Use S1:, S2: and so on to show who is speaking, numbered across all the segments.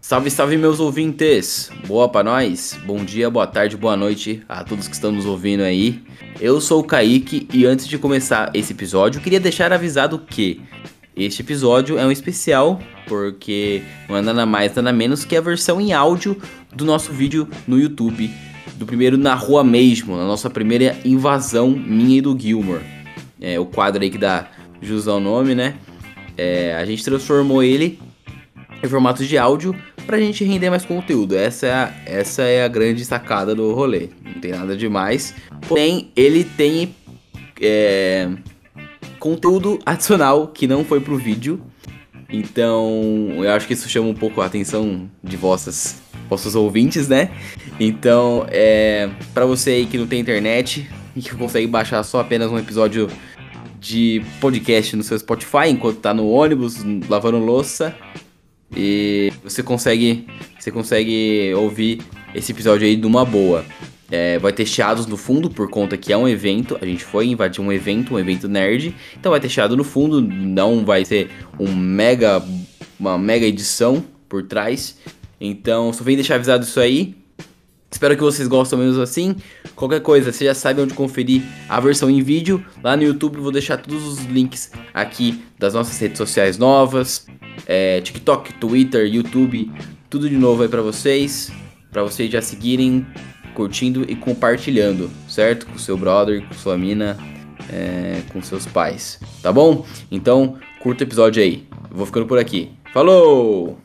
S1: Salve, salve meus ouvintes! Boa pra nós? Bom dia, boa tarde, boa noite a todos que estão nos ouvindo aí. Eu sou o Kaique e antes de começar esse episódio, queria deixar avisado que este episódio é um especial, porque não é nada mais, nada menos que a versão em áudio do nosso vídeo no YouTube, do primeiro Na Rua Mesmo, na nossa primeira invasão minha e do Gilmore. É, o quadro aí que dá jus ao nome, né? É, a gente transformou ele em formato de áudio pra gente render mais conteúdo. Essa é a, essa é a grande sacada do rolê. Não tem nada demais. Porém, ele tem é, conteúdo adicional que não foi pro vídeo. Então, eu acho que isso chama um pouco a atenção de vossas, vossos ouvintes, né? Então, é, para você aí que não tem internet e que consegue baixar só apenas um episódio de podcast no seu Spotify enquanto tá no ônibus, lavando louça, e você consegue, você consegue ouvir esse episódio aí de uma boa. É, vai ter chiados no fundo, por conta que é um evento. A gente foi invadir um evento, um evento nerd. Então vai ter chiado no fundo, não vai ser um mega, uma mega edição por trás. Então só vim deixar avisado isso aí. Espero que vocês gostem mesmo assim. Qualquer coisa, você já sabe onde conferir a versão em vídeo. Lá no YouTube eu vou deixar todos os links aqui das nossas redes sociais novas, é, TikTok, Twitter, YouTube, tudo de novo aí pra vocês, Pra vocês já seguirem curtindo e compartilhando, certo? Com seu brother, com sua mina, é, com seus pais, tá bom? Então, curta o episódio aí. Eu vou ficando por aqui. Falou!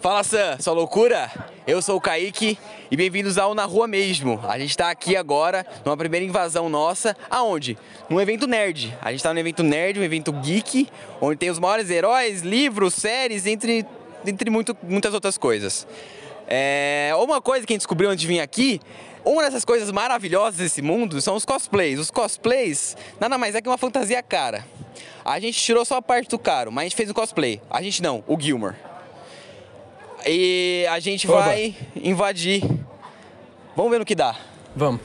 S2: Fala Sam, sua loucura? Eu sou o Kaique e bem-vindos ao Na Rua Mesmo. A gente tá aqui agora numa primeira invasão nossa, aonde? Num evento nerd. A gente tá num evento nerd, um evento geek, onde tem os maiores heróis, livros, séries, entre, entre muito, muitas outras coisas. É, uma coisa que a gente descobriu antes de vir aqui, uma dessas coisas maravilhosas desse mundo são os cosplays. Os cosplays nada mais é que uma fantasia cara. A gente tirou só a parte do caro, mas a gente fez o cosplay. A gente não, o Gilmore. E a gente
S3: Oba.
S2: vai invadir. Vamos ver no que dá.
S3: Vamos.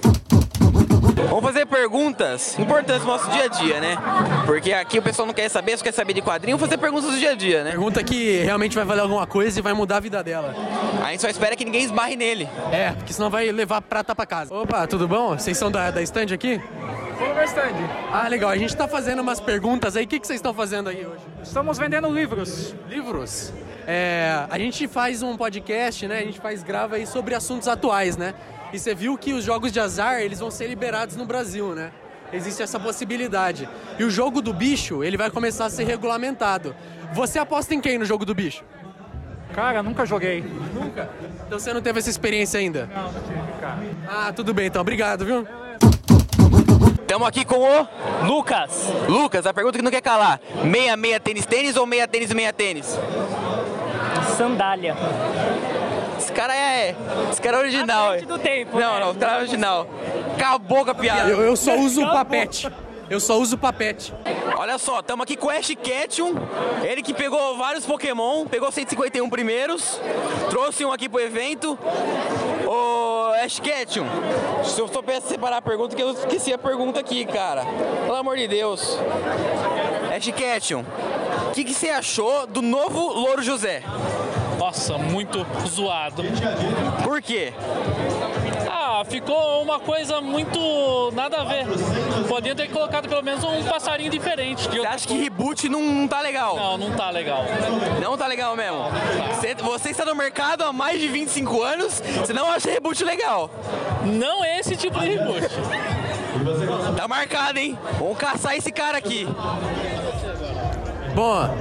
S2: Vamos fazer perguntas importantes do nosso dia a dia, né? Porque aqui o pessoal não quer saber, só quer saber de quadrinho, fazer perguntas do dia a dia, né?
S3: Pergunta que realmente vai valer alguma coisa e vai mudar a vida dela.
S2: A gente só espera que ninguém esbarre nele.
S3: É, porque senão vai levar prata pra casa. Opa, tudo bom? Vocês são da, da stand aqui?
S4: Como é stand?
S3: Ah, legal. A gente tá fazendo umas perguntas aí. O que, que vocês estão fazendo aí hoje?
S4: Estamos vendendo livros.
S3: Livros. É, a gente faz um podcast, né? A gente faz grava aí sobre assuntos atuais, né? E você viu que os jogos de azar, eles vão ser liberados no Brasil, né? Existe essa possibilidade. E o jogo do bicho, ele vai começar a ser regulamentado. Você aposta em quem no jogo do bicho?
S4: Cara, nunca joguei.
S3: Nunca. Então você não teve essa experiência ainda?
S4: Não, não tive, cara.
S3: Ah, tudo bem então. Obrigado, viu?
S2: Estamos aqui com o
S5: Lucas,
S2: Lucas, a pergunta que não quer calar. Meia, meia, tênis, tênis ou meia, tênis, meia, tênis?
S5: sandália.
S2: Esse cara é... Esse cara é original.
S5: À
S2: hein?
S5: frente do tempo,
S2: Não,
S5: né?
S2: não, o cara é original. Acabou com a piada.
S3: Eu, eu só uso o papete. Eu só uso o papete.
S2: Olha só, estamos aqui com o Ash Ketchum, ele que pegou vários Pokémon, pegou 151 primeiros, trouxe um aqui pro evento. Ô Ash Ketchum, se eu só peço separar a pergunta, que eu esqueci a pergunta aqui, cara. Pelo amor de Deus. Ash Ketchum, o que, que você achou do novo Louro José?
S5: Nossa, muito zoado.
S2: Por quê?
S5: Ah, ficou uma coisa muito nada a ver. Podiam ter colocado pelo menos um passarinho diferente. Que eu...
S2: Você acha que reboot não, não tá legal?
S5: Não, não tá legal.
S2: Não tá legal mesmo. Você, você está no mercado há mais de 25 anos, você não acha reboot legal.
S5: Não é esse tipo de reboot.
S2: Tá marcado, hein? Vamos caçar esse cara aqui.
S3: Bom,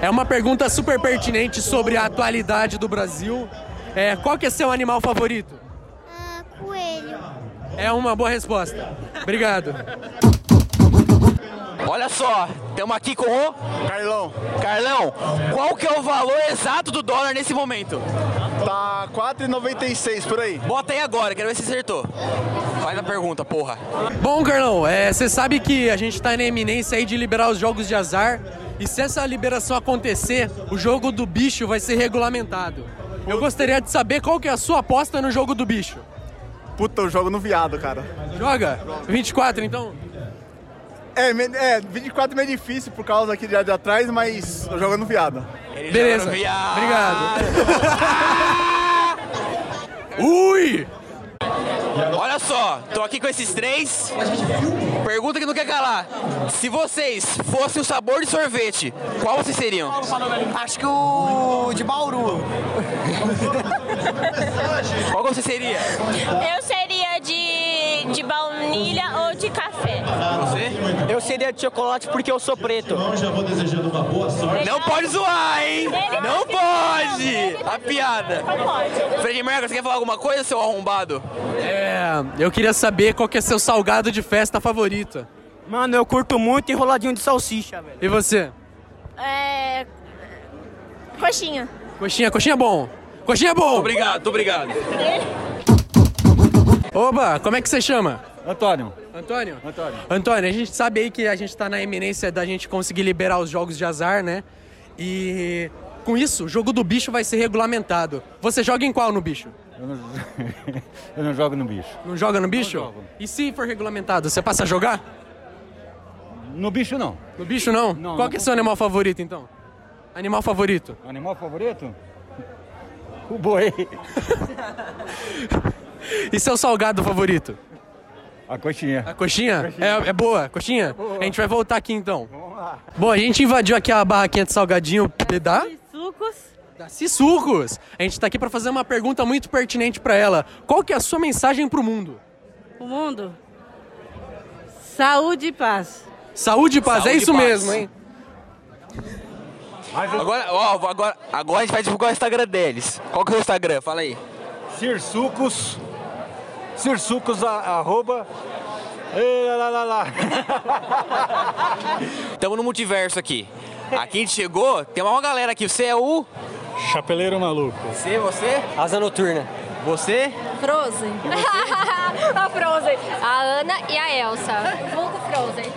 S3: é uma pergunta super pertinente sobre a atualidade do Brasil. É, qual que é seu animal favorito?
S6: Ah, coelho.
S3: É uma boa resposta. Obrigado.
S2: Olha só, estamos aqui com o Carlão. Carlão, qual que é o valor exato do dólar nesse momento?
S7: Tá 4,96 por aí.
S2: Bota aí agora, quero ver se acertou. Faz a pergunta, porra.
S3: Bom, Carlão, é, você sabe que a gente tá na eminência aí de liberar os jogos de azar. E se essa liberação acontecer, o jogo do bicho vai ser regulamentado. Eu gostaria de saber qual que é a sua aposta no jogo do bicho.
S7: Puta, eu jogo no viado, cara.
S3: Joga? 24 então?
S7: É, me- é 24 é meio difícil por causa aqui de, de atrás, mas eu jogo no viado.
S2: Ele
S3: Beleza.
S2: joga no viado.
S3: Obrigado. Ui!
S2: Olha só, tô aqui com esses três. Pergunta que não quer calar. Se vocês fossem o sabor de sorvete, qual vocês seriam?
S8: Acho que o de Bauru.
S2: Qual que você seria?
S9: Eu seria de, de baunilha ou de café.
S8: Eu seria de chocolate porque eu sou preto.
S2: Não pode zoar, hein?
S9: Ele
S2: Não
S9: tá se
S2: pode!
S9: zoando,
S2: A piada.
S9: Não pode.
S2: Fred Mercury, você quer falar alguma coisa, seu arrombado?
S3: É, eu queria saber qual que é seu salgado de festa favorito.
S8: Mano, eu curto muito enroladinho de salsicha, velho.
S3: E você?
S9: É. Coxinha.
S3: Coxinha, coxinha é bom. Coxinha é bom.
S2: Obrigado, obrigado.
S3: Oba, como é que você chama?
S10: Antônio,
S3: Antônio?
S10: Antônio.
S3: Antônio, a gente sabe aí que a gente tá na eminência da gente conseguir liberar os jogos de azar, né? E com isso, o jogo do bicho vai ser regulamentado. Você joga em qual no bicho?
S10: eu não, eu não jogo no bicho.
S3: Não joga no bicho?
S10: jogo.
S3: E se for regulamentado, você passa a jogar?
S10: No bicho não.
S3: No bicho não?
S10: Não,
S3: qual
S10: não
S3: que é seu animal favorito então? Animal favorito?
S10: Animal favorito? O boi.
S3: E seu salgado favorito?
S10: A coxinha.
S3: A coxinha? É, é boa, coxinha? A gente vai voltar aqui então. Vamos lá. Bom, a gente invadiu aqui a barraquinha de salgadinho da
S9: Sucos.
S3: da Sissucos. A gente tá aqui pra fazer uma pergunta muito pertinente pra ela. Qual que é a sua mensagem pro mundo?
S11: O mundo? Saúde e paz.
S3: Saúde e paz,
S2: Saúde
S3: é
S2: e
S3: isso
S2: paz.
S3: mesmo, hein?
S2: Agora, ó, vou- agora, agora a gente vai divulgar o Instagram deles. Qual que é o Instagram? Fala aí.
S10: Cirsucos. Cirsucos, a- arroba. Ei, lá, lá, lá, lá.
S2: Estamos no multiverso aqui. Aqui a gente chegou, tem uma galera aqui. Você é o.
S10: Chapeleiro maluco.
S2: Você, você?
S8: Asa noturna.
S2: Você?
S11: Frozen.
S9: a Frozen. A Ana e a Elsa. Vulgo Frozen.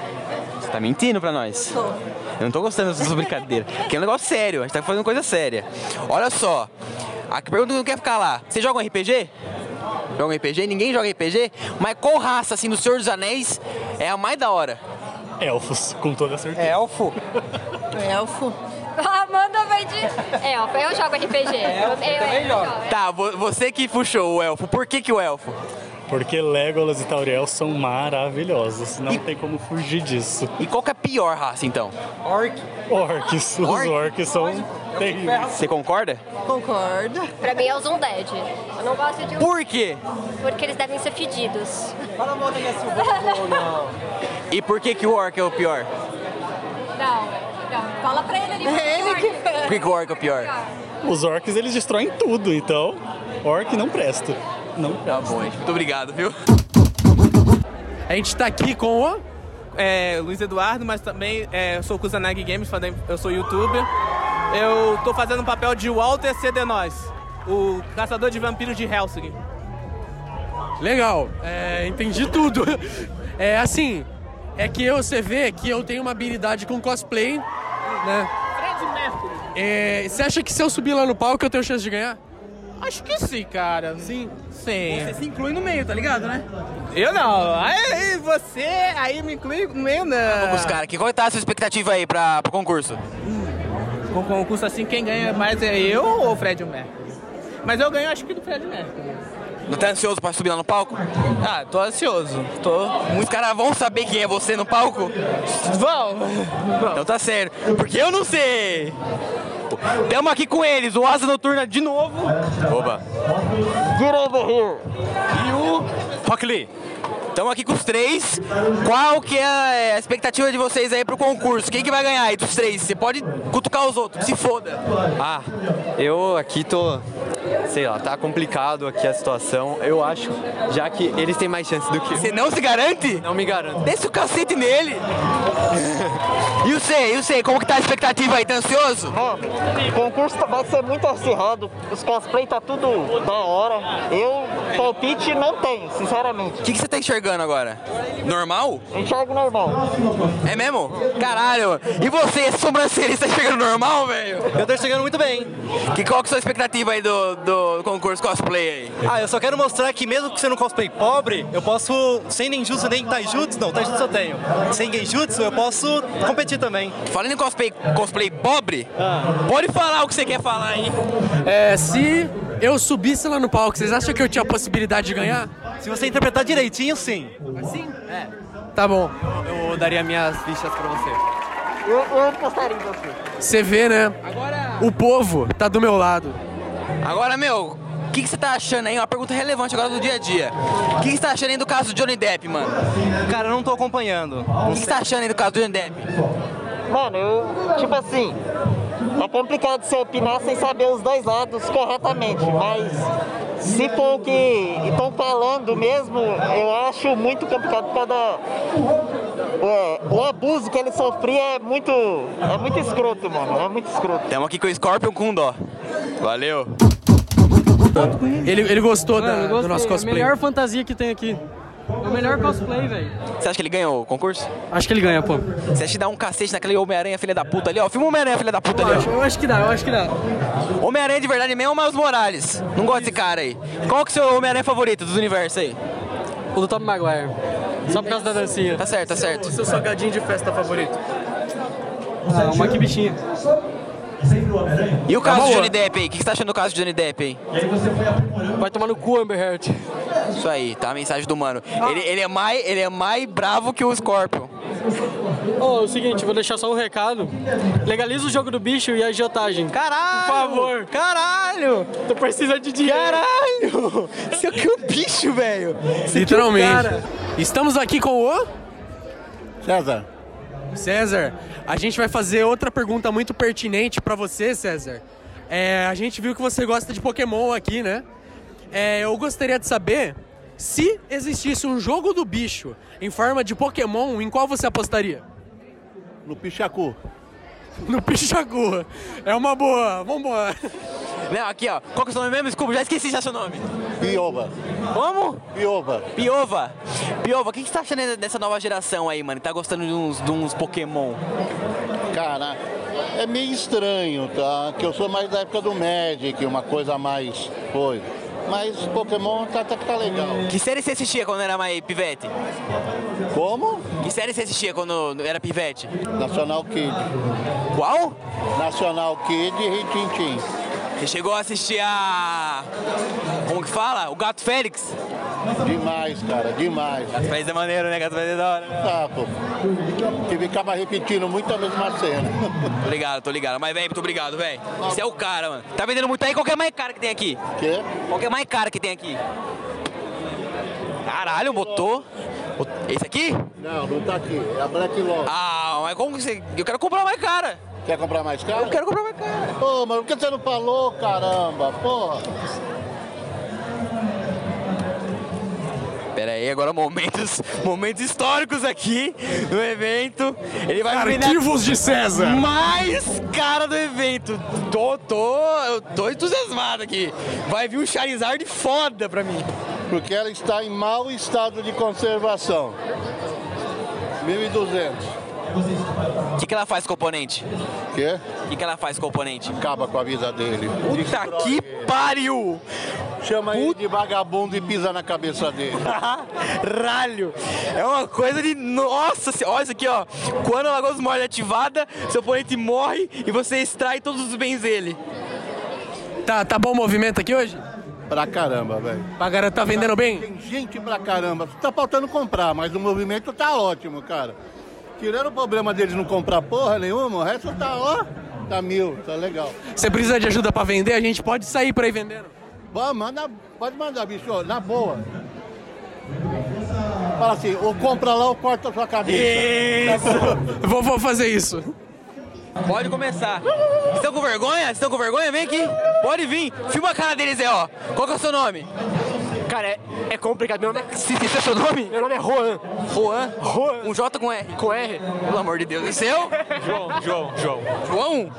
S2: Você tá mentindo pra nós? Eu não tô gostando dessas brincadeiras. Que é um negócio sério, a gente tá fazendo coisa séria. Olha só, a pergunta que não quer ficar lá. Você joga um RPG? Joga um RPG? Ninguém joga RPG? Mas qual raça, assim, do Senhor dos Anéis é a mais da hora?
S10: Elfos, com toda certeza.
S2: É Elfo?
S11: Elfo.
S9: A Amanda vai de. Elfa. Eu jogo RPG. É, eu, também jogo.
S2: Tá, vo- você que puxou o elfo. Por que que o elfo?
S10: Porque Legolas e Tauriel são maravilhosos. Não tem como fugir disso.
S2: E qual que é a pior raça, então?
S10: Orcs, os orcs são terríveis.
S2: Você concorda?
S11: Concordo.
S9: Pra mim é os Undead. Eu não gosto de um
S2: Por quê?
S9: porque eles devem ser fedidos.
S2: E por que que o orc é o pior?
S9: Não, não. Fala pra ele ali. Ele
S2: Por que que o orc é o pior?
S10: Os orcs, eles destroem tudo, então orc não presta. Não
S2: Tá bom, gente. Muito obrigado, viu?
S3: A gente tá aqui com o.
S8: É, Luiz Eduardo, mas também é, eu sou o Kusanagi Games, fazem- eu sou youtuber. Eu tô fazendo o papel de Walter C. De Nós, o caçador de vampiros de Helsing.
S3: Legal, é, entendi tudo. É assim, é que eu, você vê que eu tenho uma habilidade com cosplay, né? É, você acha que se eu subir lá no palco eu tenho chance de ganhar?
S8: Acho que sim, cara. Sim? Sim.
S11: Você se inclui no meio, tá ligado, né?
S8: Eu não. Aí você aí me inclui no meio, né?
S3: Ah,
S8: não.
S2: Os caras, que- qual tá a sua expectativa aí pra, pro concurso?
S8: Com o concurso assim, quem ganha mais é eu ou o Fred Mercury? Mas eu ganho acho que do Fred Mercury.
S2: Não tá ansioso pra subir lá no palco?
S8: Ah, tô ansioso. Tô.
S2: Os caras vão saber quem é você no palco?
S8: Vamos!
S2: Então tá sério, porque eu não sei! Tamo aqui com eles, o Asa Noturna de novo. Oba! E o Rock Lee. Tamo aqui com os três. Qual que é a expectativa de vocês aí pro concurso? Quem que vai ganhar aí dos três? Você pode cutucar os outros, se foda.
S8: Ah, eu aqui tô. Sei lá, tá complicado aqui a situação. Eu acho, já que eles têm mais chance do que eu.
S2: Você não se garante?
S8: Não me garanto.
S2: Desce o cacete nele! E o sei, eu sei, como que tá a expectativa aí? Tá ansioso?
S8: é O concurso vai ser muito acirrado. Os cosplay tá tudo da tá hora. Eu
S12: Palpite não tem, sinceramente.
S2: O que, que você tá enxergando agora? Normal?
S12: Enxergo normal.
S2: É mesmo? Caralho! E você, esse sobrancelha, você tá enxergando normal, velho?
S13: Eu tô enxergando muito bem.
S2: Que, qual que é a sua expectativa aí do, do concurso cosplay aí?
S13: Ah, eu só quero mostrar que mesmo que você não cosplay pobre, eu posso, sem ninjutsu nem taijutsu, não, taijutsu eu tenho. Sem genjutsu, eu posso competir também.
S2: Falando em cosplay, cosplay pobre, pode falar o que você quer falar aí.
S3: É, se eu subisse lá no palco, vocês acham que eu tinha a possibilidade de ganhar?
S13: Se você interpretar direitinho, sim.
S3: Sim? É. Tá bom.
S13: Eu daria minhas fichas pra você.
S12: Eu, eu apostaria em você.
S3: Você vê, né? O povo tá do meu lado.
S2: Agora, meu, o que, que você tá achando aí? Uma pergunta relevante agora do dia a dia. O que, que você tá achando aí do caso do Johnny Depp, mano?
S13: Cara, eu não tô acompanhando.
S2: O que, que você tá achando aí do caso do Johnny Depp?
S12: Mano, eu, tipo assim, é complicado você opinar sem saber os dois lados corretamente, mas se for o que estão falando mesmo, eu acho muito complicado cada. É, o abuso que ele sofria é muito. é muito escroto, mano. É muito escroto.
S2: Temos aqui com o Scorpion com um dó. Valeu.
S3: Ele, ele gostou da-
S14: Mano, eu
S3: do
S14: gostei.
S3: nosso cosplay.
S14: É a melhor fantasia que tem aqui. É o melhor cosplay, velho.
S2: Você acha que ele ganhou o concurso?
S14: Acho que ele ganha, pô.
S2: Você acha que dá um cacete naquele Homem-Aranha, filha da puta ali, ó? Filma o Homem-Aranha, filha da puta ali, ó.
S14: Eu acho que dá, eu acho que dá.
S2: Homem-Aranha de verdade mesmo é o Miles Morales. Não gosto desse cara aí. Qual que é o seu Homem-Aranha favorito do universo aí?
S14: O do Tom Maguire. Só por causa da dancinha.
S2: Tá certo, tá certo.
S14: seu salgadinho de festa favorito? Ah, uma que bichinha.
S2: E o caso
S14: Tá
S2: do
S14: boa.
S2: Johnny Depp aí? O que que você tá achando do caso do Johnny Depp aí?
S14: Vai tomar no cu, Amber Heard.
S2: Isso aí, tá a mensagem do mano. Ele, ele é mais, ele é mais bravo que o Scorpion.
S14: Ô, é o seguinte, vou deixar só um recado. Legaliza o jogo do bicho e a agiotagem. Caralho! Por favor. Caralho! Tu precisa de dinheiro.
S2: Caralho! Você que é um bicho, velho!
S3: Literalmente.
S14: Cara.
S3: Estamos aqui com o
S15: César.
S3: César, a gente vai fazer outra pergunta muito pertinente pra você, César. É, a gente viu que você gosta de Pokémon aqui, né? É, eu gostaria de saber se existisse um jogo do bicho em forma de Pokémon, em qual você apostaria?
S15: No Pichacu.
S3: No Pichacu. É uma boa. Vambora.
S2: Não, aqui ó, qual que é o seu nome mesmo? Desculpa, já esqueci já seu nome.
S15: Pioba.
S2: Como?
S15: Piova.
S2: Piova. Piova, o que, que você tá achando dessa nova geração aí, mano? Tá gostando de uns, de uns Pokémon?
S15: Cara, é meio estranho, tá? Que eu sou mais da época do Magic, uma coisa mais coisa. Mas Pokémon tá, tá, tá legal.
S2: Que série você assistia quando era mais pivete?
S15: Como?
S2: Que série você assistia quando era pivete?
S15: Nacional Kid.
S2: Qual?
S15: Nacional Kid e Ritintim.
S2: Você chegou a assistir a. Como que fala? O Gato Félix?
S15: Demais, cara, demais.
S2: Gato Félix é maneiro, né? Gato Félix é da hora.
S15: Tá, pô. Que ficava repetindo muito a mesma cena.
S2: Tô ligado, tô ligado. Mas, velho, muito obrigado, velho. Você é o cara, mano. Tá vendendo muito aí? Qual que é mais cara que tem aqui?
S15: Quê?
S2: Qual que é mais cara que tem aqui? Caralho, botou. Bot- Esse aqui?
S15: Não, não tá aqui. É a Black Lodge.
S2: Ah, mas como que você. Eu quero comprar mais cara.
S15: Quer comprar mais cara? Eu
S2: quero comprar mais cara.
S15: Pô, mas por que você não falou, caramba? Porra.
S2: Pera aí, agora momentos, momentos históricos aqui no evento. Ele
S3: É um
S2: vai me dar-
S16: Arquivos de César.
S2: Mais cara do evento. Tô, tô, eu tô entusiasmado aqui. Vai vir um Charizard foda pra mim.
S15: Porque ela está em mau estado de conservação. 1.200.
S2: O que, que ela faz com o oponente?
S15: Quê?
S2: O que, que ela faz com o oponente?
S15: Acaba com a vida dele.
S2: Puta que pariu!
S15: Chama ele de vagabundo e pisa na cabeça dele.
S2: Caralho! É uma coisa de. Nossa senhora! Olha isso aqui, ó. Quando a Lagoa dos Mortos é ativada, seu oponente morre e você extrai todos os bens dele.
S3: Tá, tá bom o movimento aqui hoje?
S15: Pra caramba, velho.
S3: Pra garota tá vendendo bem?
S15: Tem gente pra caramba. Tá faltando comprar, mas o movimento tá ótimo, cara. Tirando o problema deles não comprar porra nenhuma, o resto tá, ó, tá mil, tá legal.
S3: Você precisa de ajuda pra vender? A gente pode sair pra ir vendendo.
S15: Bom, manda, pode mandar, bicho, ó, na boa. Fala assim, ou compra lá ou corta a sua cabeça.
S3: Isso! vou, vou fazer isso.
S2: Pode começar. Estão com vergonha? Estão com vergonha? Vem aqui. Pode vir. Filma a cara deles aí, ó. Qual que é o seu nome?
S16: Cara, é, é complicado. Meu nome é... Se, se é seu nome? Meu nome é Juan.
S2: Juan? Um J com R.
S16: Com R.
S2: Pelo amor de Deus. E seu?
S17: João, João, João.
S2: João?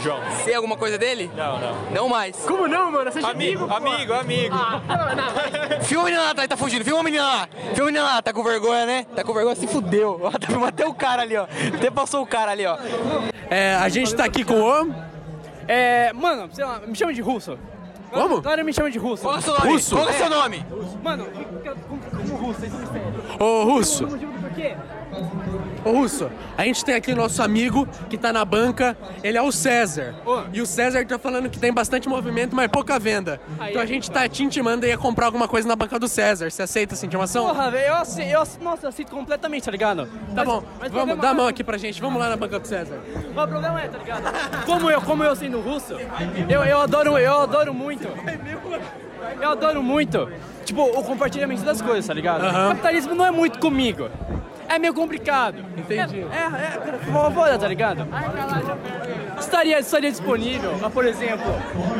S17: João.
S2: Você é alguma coisa dele?
S17: Não, não.
S2: Não mais.
S16: Como não, mano? Você é
S17: Amigo,
S16: amigo, pô.
S17: amigo, amigo.
S16: Ah, não, não.
S2: Filma a menina lá, tá, ele tá fugindo. Filma a menina lá. Filma a menina lá. Tá com vergonha, né? Tá com vergonha, se fudeu. Ó, tá filmando até o cara ali, ó. Até passou o cara ali, ó.
S3: É, a gente tá aqui com o Om.
S18: É, mano, sei lá, me chama de russo.
S3: Como?
S18: Agora me chama de russo.
S2: Qual é o seu nome?
S3: Russo?
S2: Qual é o seu nome?
S18: Mano, fica como como russo, isso é me fere.
S3: Ô, Russo.
S18: O motivo do porquê?
S3: Ô Russo, a gente tem aqui o nosso amigo que tá na banca, ele é o César. E o César tá falando que tem bastante movimento, mas pouca venda. Então a gente tá te intimando aí a comprar alguma coisa na banca do César. Você aceita essa intimação?
S18: Porra, velho, Tá eu, ace- eu, ace- nossa, eu aceito completamente, tá ligado?
S3: Tá bom,
S18: mas o
S3: vamos,
S18: problema
S3: dá a
S18: é-
S3: mão aqui pra gente, vamos lá na banca do César.
S18: Mas o problema é, tá ligado? Como eu, como eu sendo russo, eu, eu adoro, eu adoro muito. Eu adoro muito, tipo, o compartilhamento das coisas, tá ligado?
S3: Aham.
S18: O capitalismo não é muito comigo. É meio complicado. Entendi. É, é, é foda, tá ligado? Estaria, estaria disponível, ah, por exemplo,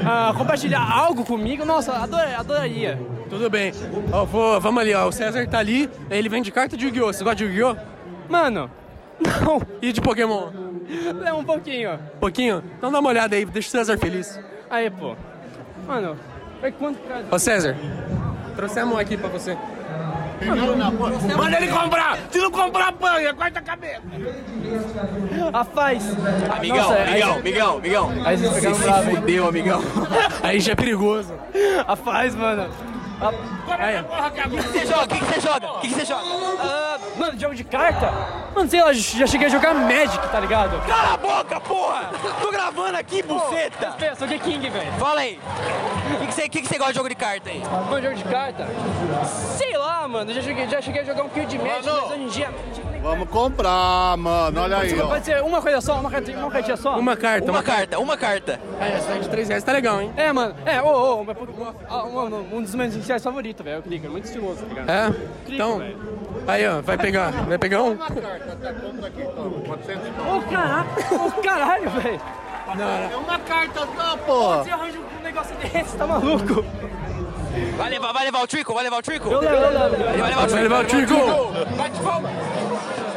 S18: ah, compartilhar algo comigo? Nossa, adora- adoraria.
S3: Tudo bem. Ó, vou, vamos ali, ó. O César tá ali, ele vende carta de Yu-Gi-Oh! Você gosta de Yu-Gi-Oh?
S18: Mano, não.
S3: E de Pokémon?
S18: É um pouquinho.
S3: Pouquinho? Então dá uma olhada aí, deixa o César feliz.
S18: Aí, pô. Mano, é quanto cara.
S3: Ô César, trouxe a mão aqui pra você.
S16: Manda ele comprar!
S3: Se não comprar, panha, corta a
S16: cabeça!
S18: Rapaz!
S2: Amigão,
S18: Nossa, é. aí-
S2: amigão, amigão, amigão.
S18: Aí vocês
S2: Você
S18: ficaram
S2: se
S18: bravos, hein?
S2: fudeu, amigão.
S3: Aí já é perigoso.
S18: Rapaz, mano.
S2: O que que você joga? O que que você joga? O que que você joga?
S18: Ah, mano, jogo de carta? Mano, sei lá, já cheguei a jogar Magic, tá ligado?
S2: Cala a boca, porra! Tô gravando aqui, buceta!
S18: Pensa, o que King, velho?
S2: Fala aí. O que que você- O que que você gosta de jogo de carta aí?
S18: Mano, jogo de carta? Sei lá, mano, já cheguei, já cheguei a jogar um kill de Magic, mas hoje em dia.
S15: Vamos comprar, mano. Olha aí,
S18: Desculpa,
S15: ó.
S18: pode ser uma coisa só, uma cartinha, uma cartinha só?
S3: Uma carta, uma
S2: carta, uma carta.
S3: É, essa aí de 3 reais tá legal, hein?
S18: É, mano, é, ô, ô, mas por- ah, um, um dos meus iniciais favoritos, velho, é o Clicker, muito estiloso, tá ligado?
S3: É?
S18: Clicker,
S3: Então,
S18: velho.
S3: aí ó, vai pegar, vai pegar um?
S18: Ô, caralho, ô, caralho, velho.
S15: É uma carta só,
S18: Como
S15: pô.
S18: Você arranja um negócio desse, tá maluco?
S2: Vai levar, vai levar o Trico, vai levar o Trico?
S18: Eu levo, eu levo.
S2: Ele vai levar o Trico.
S3: Vai levar o
S2: Bate palma.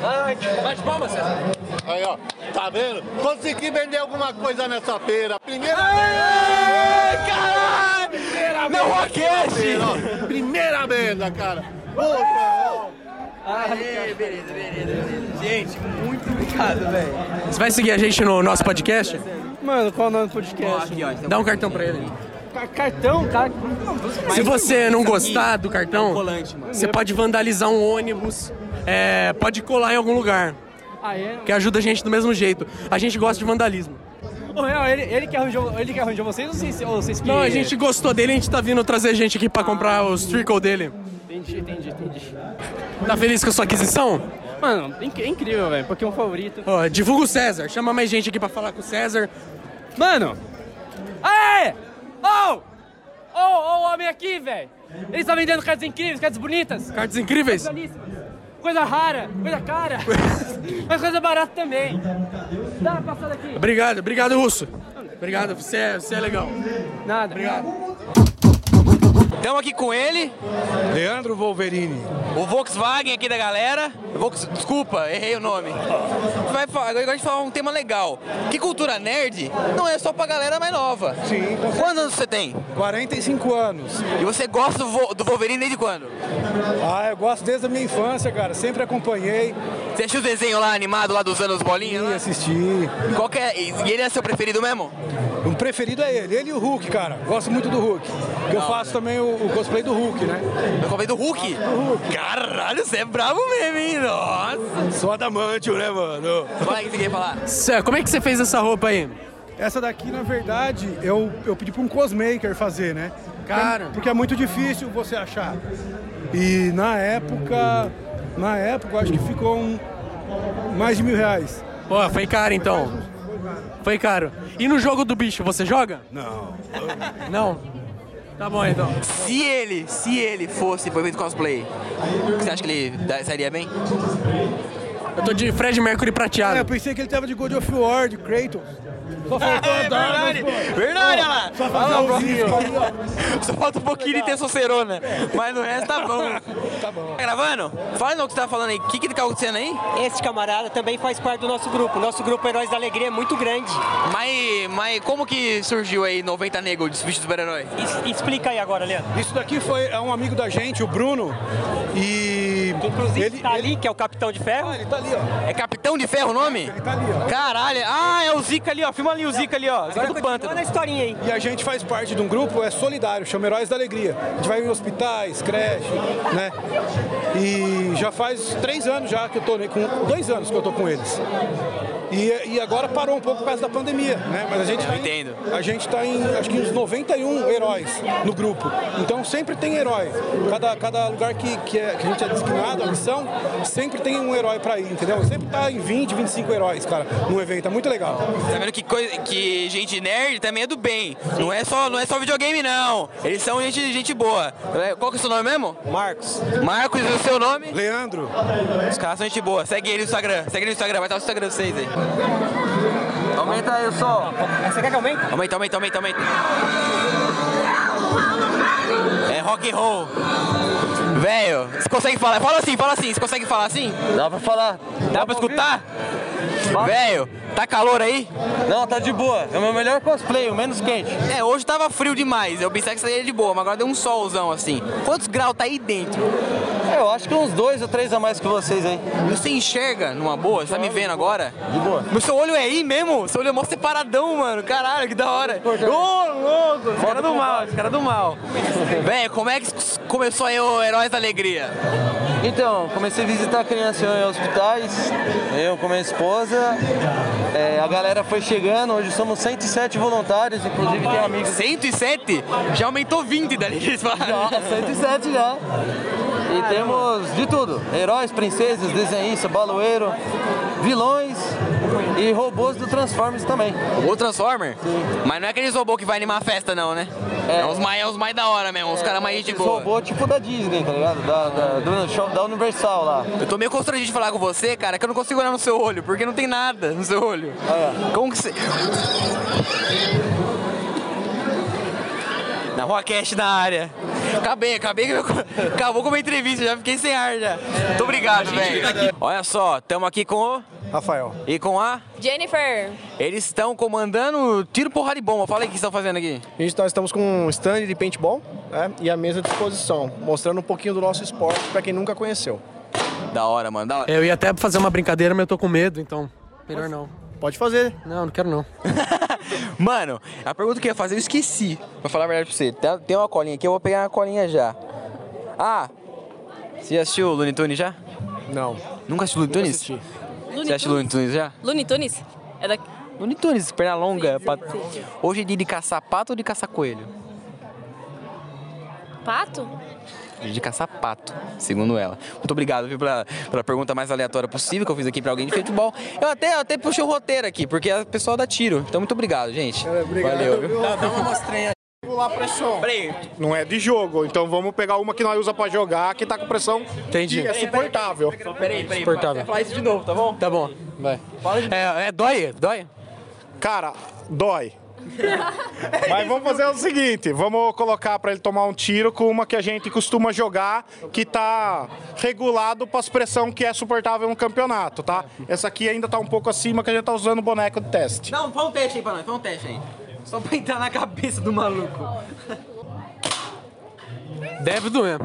S2: Ah, Bate palma, César.
S15: Aí, ó. Tá vendo? Consegui vender alguma coisa nessa feira. Primeira vez. Caralho!
S2: Não aquece!
S15: Primeira venda, cara. Puta,
S2: Aê, beleza, beleza, beleza. Gente, muito obrigado, velho.
S3: Você vai seguir a gente no nosso podcast?
S18: Mano, qual o nome do podcast?
S3: Dá um cartão pra ele.
S18: Ca- Cartão, cara.
S3: Se você não gostar do cartão, você pode vandalizar um ônibus, é, pode colar em algum lugar,
S18: Ah, é?
S3: que ajuda a gente do mesmo jeito. A gente gosta de vandalismo.
S18: Ô, real, ele, ele, que arranjou, ele que arranjou vocês ou vocês, ou vocês que...
S3: Não, a gente gostou dele, a gente tá vindo trazer gente aqui pra comprar os trickle dele.
S18: Entendi, entendi, entendi.
S3: Tá feliz com a sua aquisição?
S18: Mano, é inc- é incrível, velho. Pokémon favorito.
S3: Ó, divulga o César, chama mais gente aqui pra falar com o César.
S18: Mano! Aê! Ô! Ô, ô, homem aqui, velho! Eles estão vendendo cartas incríveis, cartas bonitas.
S3: Cartas incríveis?
S18: Belíssimas. Coisa rara, coisa cara. mas coisa barata também. Dá uma passada aqui.
S3: Obrigado, obrigado, Russo. Obrigado, você é, você é legal.
S18: Nada.
S3: Obrigado.
S2: Estamos aqui com ele. Leandro Wolverine. O Volkswagen aqui da galera. Volks- Desculpa, errei o nome. Vai falar, agora a gente falar um tema legal. Que cultura nerd não é só pra galera mais nova. Sim. Quantos anos você tem?
S17: 45 anos.
S2: E você gosta do, Vol- do Wolverine desde quando?
S17: Ah, eu gosto desde a minha infância, cara. Sempre acompanhei.
S2: Você assistiu o desenho lá animado, lá dos anos bolinha? Sim,
S17: assisti.
S2: Qual que é? E ele é seu preferido mesmo?
S17: O preferido é ele. Ele e o Hulk, cara. Gosto muito do Hulk. Porque eu faço também o, o cosplay do Hulk, né?
S2: Eu comprei do Hulk? Caralho, você é bravo mesmo, hein? Nossa!
S17: Só adamantio, né, mano?
S2: Fala aí o que você quer falar.
S3: Cê- Como é que você fez essa roupa aí?
S17: Essa daqui, na verdade, eu, eu pedi pra um cosmaker fazer, né?
S3: Cara.
S17: Porque é muito difícil você achar. E na época, na época, eu acho que ficou um, mais de mil reais.
S3: Pô, foi caro então. Foi caro. E no jogo do bicho, você joga?
S17: Não.
S3: Não? Tá bom então.
S2: Se ele, se ele fosse pro evento cosplay, você acha que ele da- sairia bem?
S3: Eu tô de Fred Mercury prateado.
S17: É, eu pensei que ele tava de God of War, de Kratos. Só faltou
S3: É
S17: a Darna,
S3: verdade.
S17: pô.
S2: Verdade,
S17: Ó,
S2: olha lá.
S17: Só
S2: Olha lá o
S17: faltou o
S2: Bronquinho.
S17: Zinho.
S2: Só falta um pouquinho de testosterona.
S19: É.
S2: Mas no resto tá bom. Tá bom. Tá gravando? Fala não o que você tá falando aí. O que, que tá acontecendo aí?
S19: Esse camarada também faz parte do nosso grupo. Nosso grupo Heróis da Alegria é muito grande.
S2: Mas, mas como que surgiu aí 90 Negro, o bicho super-herói?
S19: Explica aí agora, Leandro.
S17: Isso daqui foi é um amigo da gente, o Bruno. E.
S19: Inclusive tá ali, que é o Capitão de Ferro.
S17: ele tá ali, ó.
S2: É Capitão de Ferro o nome? Ele
S17: tá ali, ó.
S2: Caralho, ah, é o Zica ali, ó. Filma ali o Zica ali, ó. Zica do Pântano.
S19: na historinha aí.
S17: E a gente faz parte de um grupo é solidário, chama Heróis da Alegria. A gente vai em hospitais, creche, né? E já faz três anos já que eu tô ne- com dois anos que eu tô com eles. E, e agora parou um pouco por causa da pandemia, né? Mas a gente tá em-
S2: entendo.
S17: a gente tá em acho que uns 91 heróis no grupo. Então sempre tem herói. Cada, cada lugar que, que, é- que a gente é designado, a missão, sempre tem um herói pra ir, entendeu? Sempre tá em 20, 25 heróis, cara, num evento. É muito legal.
S2: Tá vendo que, coisa, que gente nerd também é do bem. Não é só, não é só videogame, não. Eles são gente, gente boa. Qual que é o seu nome mesmo? Marcos. Marcos, e o seu nome?
S17: Leandro.
S2: Os caras são gente boa. Segue ele no Instagram. Segue ele no Instagram. Vai estar o Instagram de vocês aí. Aumenta aí o som.
S19: Você quer que aumente?
S2: Aumenta, aumenta, aumenta, aumenta. É rock and roll. Velho, você consegue falar? Fala assim, fala assim. Você consegue falar assim? Dá pra falar. Dá, pra escutar? Velho, tá calor aí? Não, tá de boa. É o meu melhor cosplay, o menos quente. É, hoje tava frio demais. Eu pensei que seria de boa, mas agora deu um solzão assim. Quantos graus tá aí dentro? Eu acho que uns dois ou três a mais que vocês aí. Você enxerga numa boa? Você tá me vendo agora? De boa. Mas seu olho é aí mesmo? Seu olho é mó separadão, mano. Caralho, que da hora. Ô, louco! Os cara do mal, os cara do mal. Véi, como é que começou aí o Heróis da Alegria?
S20: Então, comecei a visitar crianças em hospitais, eu com minha esposa. É, a galera foi chegando, hoje somos 107 voluntários, inclusive tem amigos.
S2: 107? Já aumentou 20 dali que eles falaram.
S20: Já, 107 já. E temos de tudo: heróis, princesas, desenhistas, baloeiro, vilões e robôs do Transformers também.
S2: O Transformer? Mas não é aqueles robôs que vai animar a festa, não, né? É, os, mais, é os mais da hora mesmo, os caras mais gente
S20: Esses
S2: boa.
S20: robôs tipo da Disney, tá ligado? Da, da- do show da Universal lá.
S2: Eu tô meio constrangido de falar com você, cara, que eu não consigo olhar no seu olho, porque não tem nada no seu olho. Como que você. Na Rua Cash na área. Acabei, acabei. Acabou com a minha entrevista, já fiquei sem ar já. Muito obrigado, velho. Olha só, estamos aqui com o.
S17: Rafael.
S2: E com a.
S9: Jennifer,
S2: Eles estão comandando tiro, porrada e bomba. Fala aí o que estão fazendo aqui.
S21: Gente, nós estamos com um stand de paintball né, e a mesa à disposição, mostrando um pouquinho do nosso esporte para quem nunca conheceu.
S2: Da hora, mano. Da hora.
S3: É, Eu ia até fazer uma brincadeira, mas eu tô com medo, então. Melhor não.
S21: Pode fazer.
S3: Não, não quero não.
S2: Mano, a pergunta que eu ia fazer eu esqueci. Vou falar a verdade pra você. Tem- Tem uma colinha aqui, eu vou pegar uma colinha já. Ah, você já assistiu o Looney Tunes já?
S21: Não.
S2: Nunca assistiu Looney Tunes? Você assistiu Looney Tunes já?
S22: Looney Tunes? É da...
S2: Looney Tunes, perna longa. pa- Hoje é dia de caçar pato ou de caçar coelho?
S22: Pato?
S2: Dia de caçar pato, segundo ela. Muito obrigado, viu, pela, pela pergunta mais aleatória possível que eu fiz aqui pra alguém de futebol. Eu até, eu até puxei o roteiro aqui, porque a pessoa dá tiro. Então, muito obrigado, gente. Obrigado. Valeu, viu?
S3: uma mostrinha.
S21: Pular pressão. Não é de jogo, então vamos pegar uma que nós usa para jogar, que tá com pressão
S3: Entendi.
S21: que é suportável.
S2: Peraí, peraí.
S21: Suportável.
S2: Fala isso de novo, tá bom?
S3: Tá bom, vai. É, é, dói? Dói?
S21: Cara, dói. Mas vamos fazer o seguinte, vamos colocar para ele tomar um tiro com uma que a gente costuma jogar, que tá regulado para as pressão que é suportável no campeonato, tá? Essa aqui ainda tá um pouco acima que a gente tá usando o boneco de teste.
S2: Não, põe um teste aí pra nós, põe um teste aí. Só pra entrar na cabeça do maluco.
S3: Deve doer.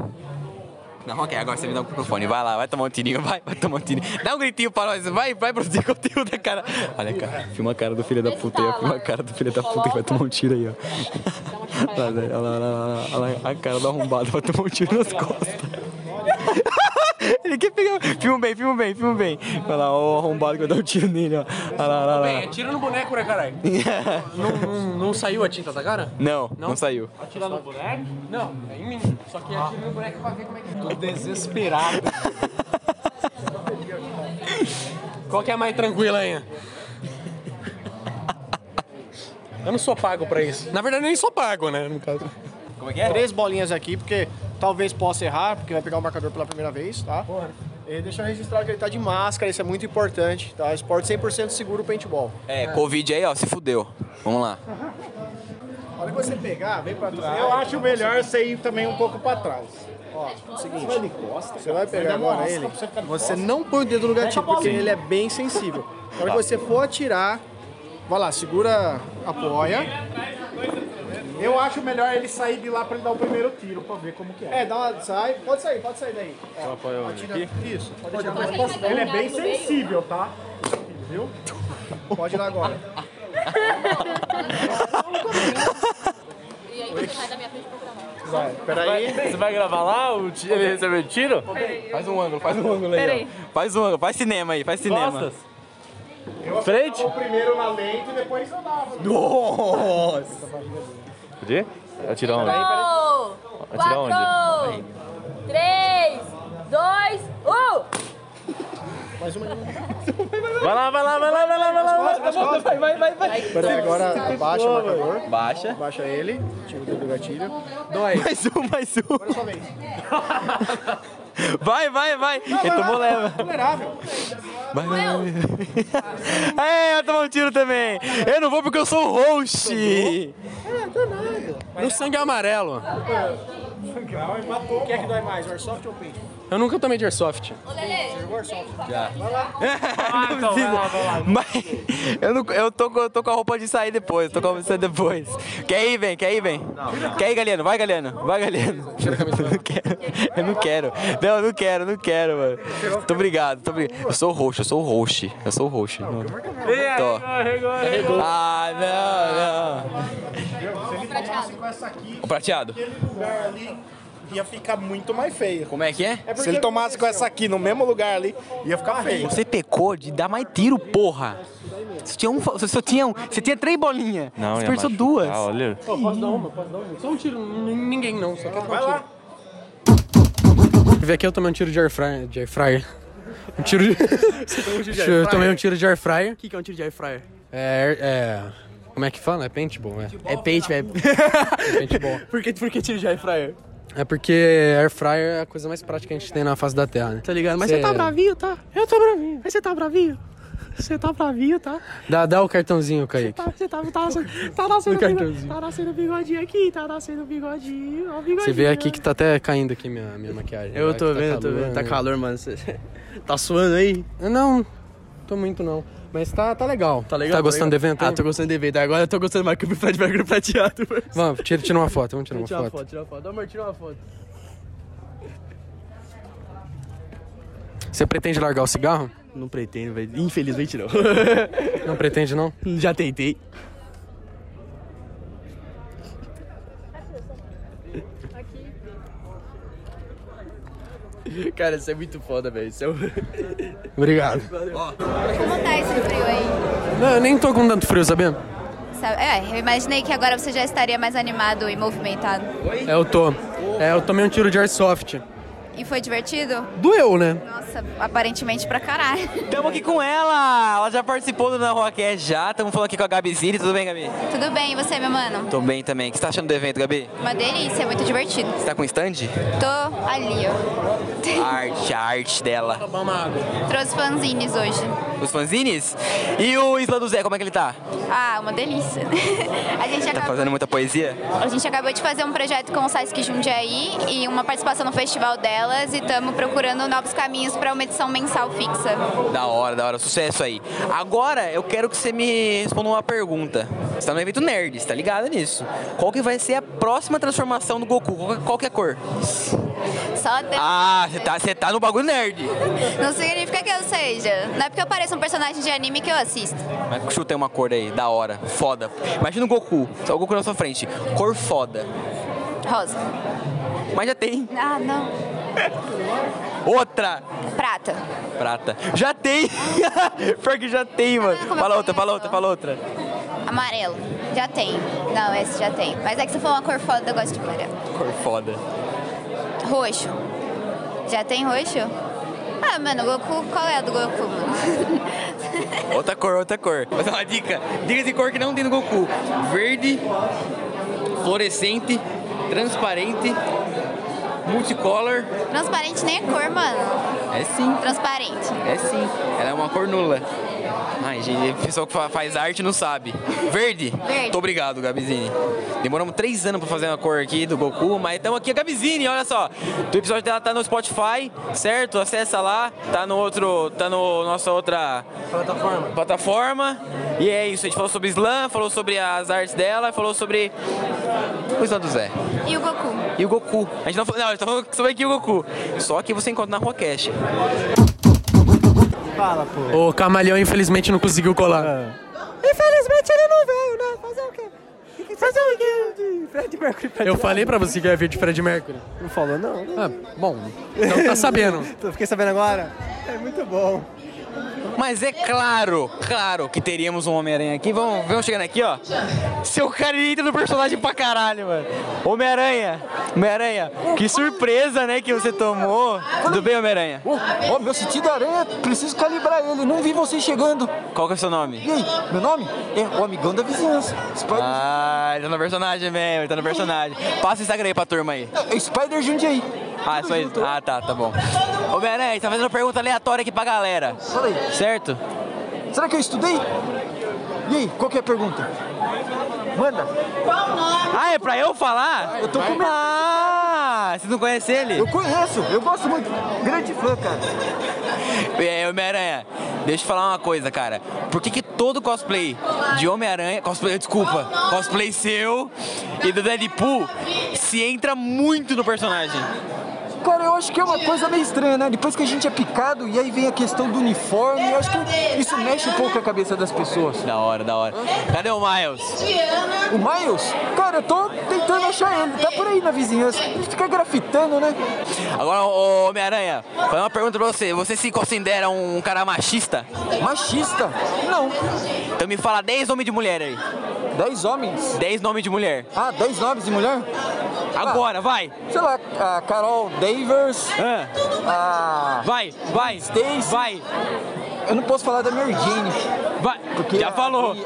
S2: Não, ok, agora você me dá o microfone. Vai lá, vai tomar um tirinho, vai, vai tomar um tirinho. Dá um gritinho pra nós, vai, vai produzir conteúdo, cara. Olha, cara, filma a cara do filho da puta aí, ó, filma a cara do filho da puta que vai tomar um tiro aí, ó. Olha lá, olha lá, olha lá, olha lá, a cara do arrombado vai tomar um tiro nas costas. Ele quer pegar. Filma bem, filma bem, filma bem. Olha lá, ó, o arrombado que vai dar um tiro nele, ó. Olha lá, olha lá, olha
S3: Bem,
S2: lá.
S3: atira no boneco, né, caralho? não, não- não saiu a tinta da cara?
S2: Não, não saiu.
S3: Atirar no boneco? Não, é em mim. Só que atira no boneco pra ver como é que Tô desesperado. Qual que é a mais tranquila aí? Eu não sou pago pra isso. Na verdade, eu nem sou pago, né? No caso.
S21: Como é que é? Três bolinhas aqui, porque talvez possa errar, porque vai pegar o marcador pela primeira vez, tá?
S1: E deixa eu registrar que ele tá de máscara, isso é muito importante, tá? Esporte 100% seguro paintball.
S2: É, Covid aí, ó, se fudeu. Vamos lá.
S1: Olha que você pegar, vem pra trás.
S21: Eu acho melhor você ir também um pouco pra trás.
S1: Ó, seguinte, você vai pegar agora ele, você não põe o dedo no gatilho, porque ele é bem sensível. Na
S21: Tá.
S1: hora que você for atirar, vai lá, segura, apoia.
S21: Eu acho melhor ele sair de lá pra ele dar o primeiro tiro, pra ver como que é.
S1: É, dá uma, sai, pode sair, pode sair daí. É, atira- Isso, pode atirar.
S21: Pode atirar. Ele é bem sensível, tá?
S1: Viu? Pode ir lá agora.
S22: E aí você sai da minha frente pra gravar.
S1: Vai, peraí.
S2: Você vai gravar lá? O tiro, ele recebeu o tiro? Faz um ângulo, faz um ângulo aí.
S22: Peraí.
S2: ó. Faz um ângulo, faz cinema aí, faz cinema.
S21: Costas?
S2: Eu Frente?
S21: O primeiro na lente e depois eu dava.
S2: Nossa!
S23: Podia? Atirar
S2: né?
S23: onde?
S22: Cinco,
S23: Atirar
S22: quatro, três, dois, um!
S1: Mais uma.
S23: Vai lá, vai lá, vai lá, vai lá, vai lá.
S1: Vai, vai, vai, vai, vai, vai. Peraí, agora abaixa o marcador.
S2: Baixa.
S1: Baixa ele. Tira o dedo do gatilho.
S2: Dói. Mais um, mais um.
S1: Agora é sua vez.
S2: Vai, vai, vai. Ele tomou leva.
S1: Vulnerável.
S2: Vai, vai, vai. É, eu tomou um tiro também. Eu não vou porque eu sou o host.
S1: É, danado.
S3: No sangue amarelo.
S1: O que é que dói mais, Airsoft ou Paint?
S3: Eu nunca tomei de airsoft.
S1: Ô, Lele. Airsoft.
S2: Já.
S1: Vai lá.
S2: não precisa. Mas eu, não- eu tô, com- eu tô com a roupa de sair depois. Tô com a roupa de sair depois. Quer ir, vem? Quer ir, vem? Quer ir, Galeno? Vai, Galeno. Vai, Galeno. Eu não quero. Eu não quero. Não, eu não quero, não quero, mano. Muito obrigado, muito obrigado. Eu sou o host, eu sou o host. Eu sou o host. Não. Tô. Ah, não, não.
S21: Se ele tomasse com essa aqui,
S2: O prateado.
S21: aquele lugar ali ia ficar muito mais feio.
S2: Como é que é?
S21: Se ele tomasse com essa aqui no mesmo lugar ali, ia ficar feio.
S2: Você pecou de dar mais tiro, porra. Você tinha um, fa- você só tinha um, você tinha três bolinhas.
S23: Não,
S2: você
S23: ia
S2: perdeu
S23: machucar,
S2: duas.
S23: olha.
S3: Ó, posso dar uma? Posso dar uma? Só um tiro, n- ninguém não, só quero dar um tiro. Vê aqui eu tomei um tiro de air fryer. De air fryer. Um tiro de.
S18: tomou um tiro de air
S3: Eu tomei
S18: fryer?
S3: um tiro de air fryer.
S18: O que, que é um tiro de air fryer?
S3: É, é. Como é que fala? É paintball, é. É paintball. É paintball.
S18: Por que, por que tiro de air fryer?
S3: É porque air fryer é a coisa mais prática que a gente tem na face da Terra, né?
S18: Tá ligado? Mas você tá bravinho, tá? Eu tô bravinho. Mas você tá bravinho? Você tá bravinho, tá?
S3: Dá, dá o cartãozinho, Kaique.
S18: Tá- Você tá, tá, tá nascendo
S3: No
S18: bigodinho.
S3: cartãozinho.
S18: Tá nascendo bigodinho aqui, tá nascendo bigodinho. Ó, o bigodinho.
S3: Você vê aqui que tá até caindo aqui minha, minha maquiagem.
S18: Eu
S3: Vai
S18: tô
S3: que
S18: vendo, eu tô vendo. Tá
S3: né?
S18: calor, mano. Você- Tá suando aí?
S3: Não, tô muito não. Mas tá, tá legal.
S18: Tá legal?
S3: Tá gostando do
S18: legal?
S3: evento?
S18: Ah, tô gostando do evento. Agora eu tô gostando mais que o Fred Mercury prateado.
S3: Vamos, tira, tira uma foto, vamos tirar uma
S18: Tira uma
S3: foto.
S18: foto, tira uma foto. Ô, Amor, tira uma foto.
S3: Você pretende largar o cigarro?
S18: Não pretendo, velho. Infelizmente não.
S3: Não pretende, não?
S18: Já tentei. Cara, isso é muito foda, velho. Isso é um...
S3: Obrigado.
S22: Como tá esse frio aí?
S3: Não, eu nem tô com tanto frio, sabia?
S22: Sabe- É, eu imaginei que agora você já estaria mais animado e movimentado.
S3: É, eu tô. É, eu tomei um tiro de airsoft.
S22: E foi divertido?
S3: Doeu, né?
S22: Nossa, aparentemente pra caralho.
S2: Tamo aqui com ela. Ela já participou do Na Rua Quer já. Tamo falando aqui com a Gabi Ziri. Tudo bem, Gabi?
S22: Tudo bem, e você, meu mano?
S2: Tô bem também. O que você tá achando do evento, Gabi?
S22: Uma delícia, muito divertido.
S2: Você tá com stand?
S22: Tô ali, ó.
S2: Arte, a arte dela.
S22: Trouxe fanzines hoje.
S2: Os fanzines? E o Isla do Zé, como é que ele tá?
S22: Ah, uma delícia. A gente,
S2: Tá
S22: acabou,
S2: fazendo muita poesia?
S22: a gente acabou de fazer um projeto com o Sesc Jundiaí e uma participação no festival delas e estamos procurando novos caminhos para uma edição mensal fixa.
S2: Da hora, da hora, sucesso aí. Agora eu quero que você me responda uma pergunta. Você tá no evento nerd, você tá ligado nisso? Qual que vai ser a próxima transformação do Goku? Qual, qual que é a cor?
S22: Só de...
S2: Ah, você tá, você tá no bagulho nerd.
S22: Não significa que eu seja. Não é porque eu pareço um personagem de anime que eu assisto.
S2: Mas chutei uma cor aí, da hora, foda. Imagina o Goku, só o Goku na sua frente. Cor foda.
S22: Rosa.
S2: Mas já tem.
S22: Ah, não.
S2: Outra,
S22: Prata.
S2: prata. Já tem! Pior que já tem, mano. Fala outra, fala outra, fala outra.
S22: Amarelo. Já tem. Não, esse já tem. Mas é que se for uma cor foda, eu gosto de amarelo.
S2: Cor foda.
S22: Roxo. Já tem roxo? Ah, mano, Goku, qual é a do Goku, mano?
S2: Outra cor, outra cor. Vou dar uma dica. Dica de cor que não tem no Goku. Verde, fluorescente, transparente, multicolor.
S22: Transparente nem é cor, mano.
S2: É sim.
S22: Transparente.
S2: É sim. Ela é uma cor nula. Ai, gente, pessoal que fa- faz arte não sabe. Verde?
S22: Verde.
S2: Muito obrigado, Gabizini. Demoramos três anos pra fazer uma cor aqui do Goku, mas estamos aqui. A Gabizini, olha só. O episódio dela tá no Spotify, certo? Acessa lá. Tá no outro. Tá no nossa outra. Plataforma. E é isso. A gente falou sobre slam, falou sobre as artes dela, falou sobre. O slam do Zé.
S22: E o Goku?
S2: E o Goku. A gente não falou. Não, a gente tá falando sobre aqui o Goku. Só que você encontra na Rua Cash.
S3: Fala, pô. O Camaleão, infelizmente, não conseguiu colar.
S4: É. Infelizmente ele não veio, né? Fazer o quê? Que que Fazer o quê? De Fred Mercury pra
S3: Eu
S4: tirar?
S3: falei pra você que ia vir de Fred Mercury.
S4: Não falou, não.
S3: Ah, bom, então tá sabendo.
S4: Tô- Fiquei sabendo agora. É muito bom.
S2: Mas é claro, claro que teríamos um Homem-Aranha aqui. Vamos, vamos chegando aqui, ó. Seu cara ele entra no personagem pra caralho, mano. Homem-Aranha, Homem-Aranha, que surpresa, né, que você tomou. Tudo bem, Homem-Aranha?
S16: Ó, meu sentido aranha, preciso calibrar ele. Não vi você chegando.
S2: Qual que é o seu nome?
S16: E aí, meu nome? É o amigão da vizinhança.
S2: Ah, ele tá no personagem mesmo, ele tá no personagem. Passa o Instagram aí pra turma aí.
S16: É Spider Jundiaí.
S2: Ah, é só isso. Ah, tá, tá bom. Homem-Aranha, a gente tá fazendo pergunta aleatória aqui pra galera. Certo?
S16: Será que eu estudei? E aí, qual que é a pergunta? Manda.
S2: Ah, é pra eu falar? Eu tô com medo. Ah, você não conhece ele? Eu
S16: conheço, eu gosto muito. Grande fã, cara.
S2: É, Homem-Aranha, deixa eu falar uma coisa, cara. Por que, que todo cosplay de Homem-Aranha. Cosplay, desculpa. Cosplay seu e do Deadpool se entra muito no personagem?
S16: Cara, eu acho que é uma coisa meio estranha, né? Depois que a gente é picado e aí vem a questão do uniforme, eu acho que isso mexe um pouco a cabeça das pessoas.
S2: Da hora, da hora. Cadê o Miles?
S16: O Miles? Cara, eu tô tentando achar ele, tá por aí na vizinhança. Ele fica grafitando, né?
S2: Agora, ô, Homem-Aranha, fazer uma pergunta pra você. Você se considera um cara machista?
S16: Machista? Não.
S2: Então me fala 10 homens de mulher aí.
S16: 10 homens?
S2: 10 nomes de mulher.
S16: Ah, 10 nomes de mulher?
S2: Agora, vai!
S16: Sei lá, a Carol Davers. A.
S2: Vai, vai!
S16: Stacy.
S2: Vai!
S16: Eu não posso falar da Mary Jane.
S2: Vai! já falou!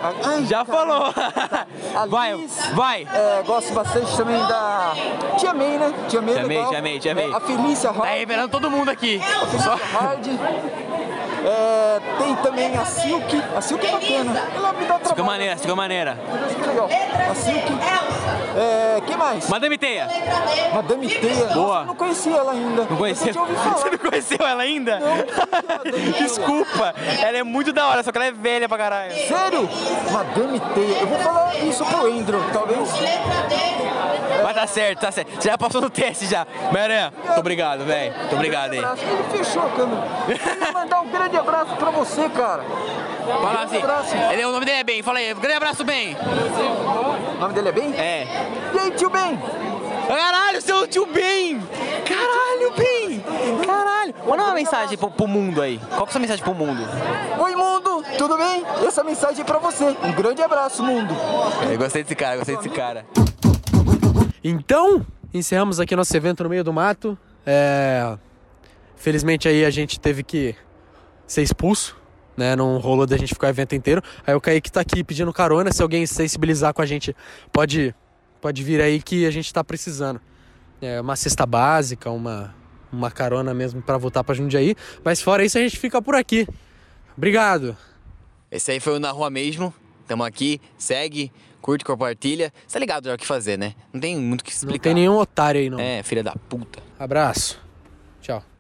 S2: já falou! vai, vai!
S16: É, gosto bastante também da. Tia May, né? Tia May, é
S2: Tia May,
S16: legal.
S2: Tia May, Tia May.
S16: É, A Felícia Hard. Tá
S2: revelando todo mundo aqui.
S16: A Felícia Hard. É, tem também a Silk. A Silk é bacana. Ela me dá
S2: Ficou maneira, ficou maneira.
S16: trabalho, que legal. A Silk. É, quem mais?
S2: Madame Teia.
S16: Madame Teia. Nossa,
S2: Boa.
S16: eu não conhecia ela ainda.
S2: Não conheceu?
S16: Eu já ouvi falar.
S2: Você não conheceu ela ainda? Desculpa, ela é muito da hora, só que ela é velha pra caralho.
S16: Sério? Madame Teia. Eu vou falar isso pro Andrew, talvez.
S2: Mas tá certo, tá certo. Você já passou no teste já. Maranhão, muito obrigado, velho. Muito obrigado aí.
S16: Acho que ele fechou a câmera. Eu Queria mandar um grande abraço pra você, cara.
S2: Fala
S16: Grande
S2: assim.
S16: abraço.
S2: Ele, o nome dele é Ben, fala aí. Grande abraço, Ben.
S16: O nome dele é Ben?
S2: É.
S16: E aí, tio Ben?
S2: Caralho, seu tio Ben! Caralho, Ben! Caralho! Manda uma mensagem pro, pro mundo aí. Qual que é a sua mensagem pro mundo?
S16: Oi, mundo. Tudo bem? Essa mensagem é pra você. Um grande abraço, mundo.
S2: Eu gostei desse cara, eu gostei desse cara.
S3: Então, encerramos aqui nosso evento no meio do mato. É, Felizmente aí a gente teve que ser expulso, né? Não rolou da gente ficar o evento inteiro. Aí o Kaique tá aqui pedindo carona. Se alguém se sensibilizar com a gente, pode, pode vir aí que a gente tá precisando. É, uma cesta básica, uma, uma carona mesmo pra voltar pra Jundiaí. Mas fora isso, a gente fica por aqui. Obrigado.
S2: Esse aí foi o Na Rua Mesmo. Tamo aqui, segue, curte, compartilha. Você tá ligado já o que fazer, né? Não tem muito o que explicar.
S3: Não tem nenhum otário aí, não.
S2: É, filha da puta.
S3: Abraço. Tchau.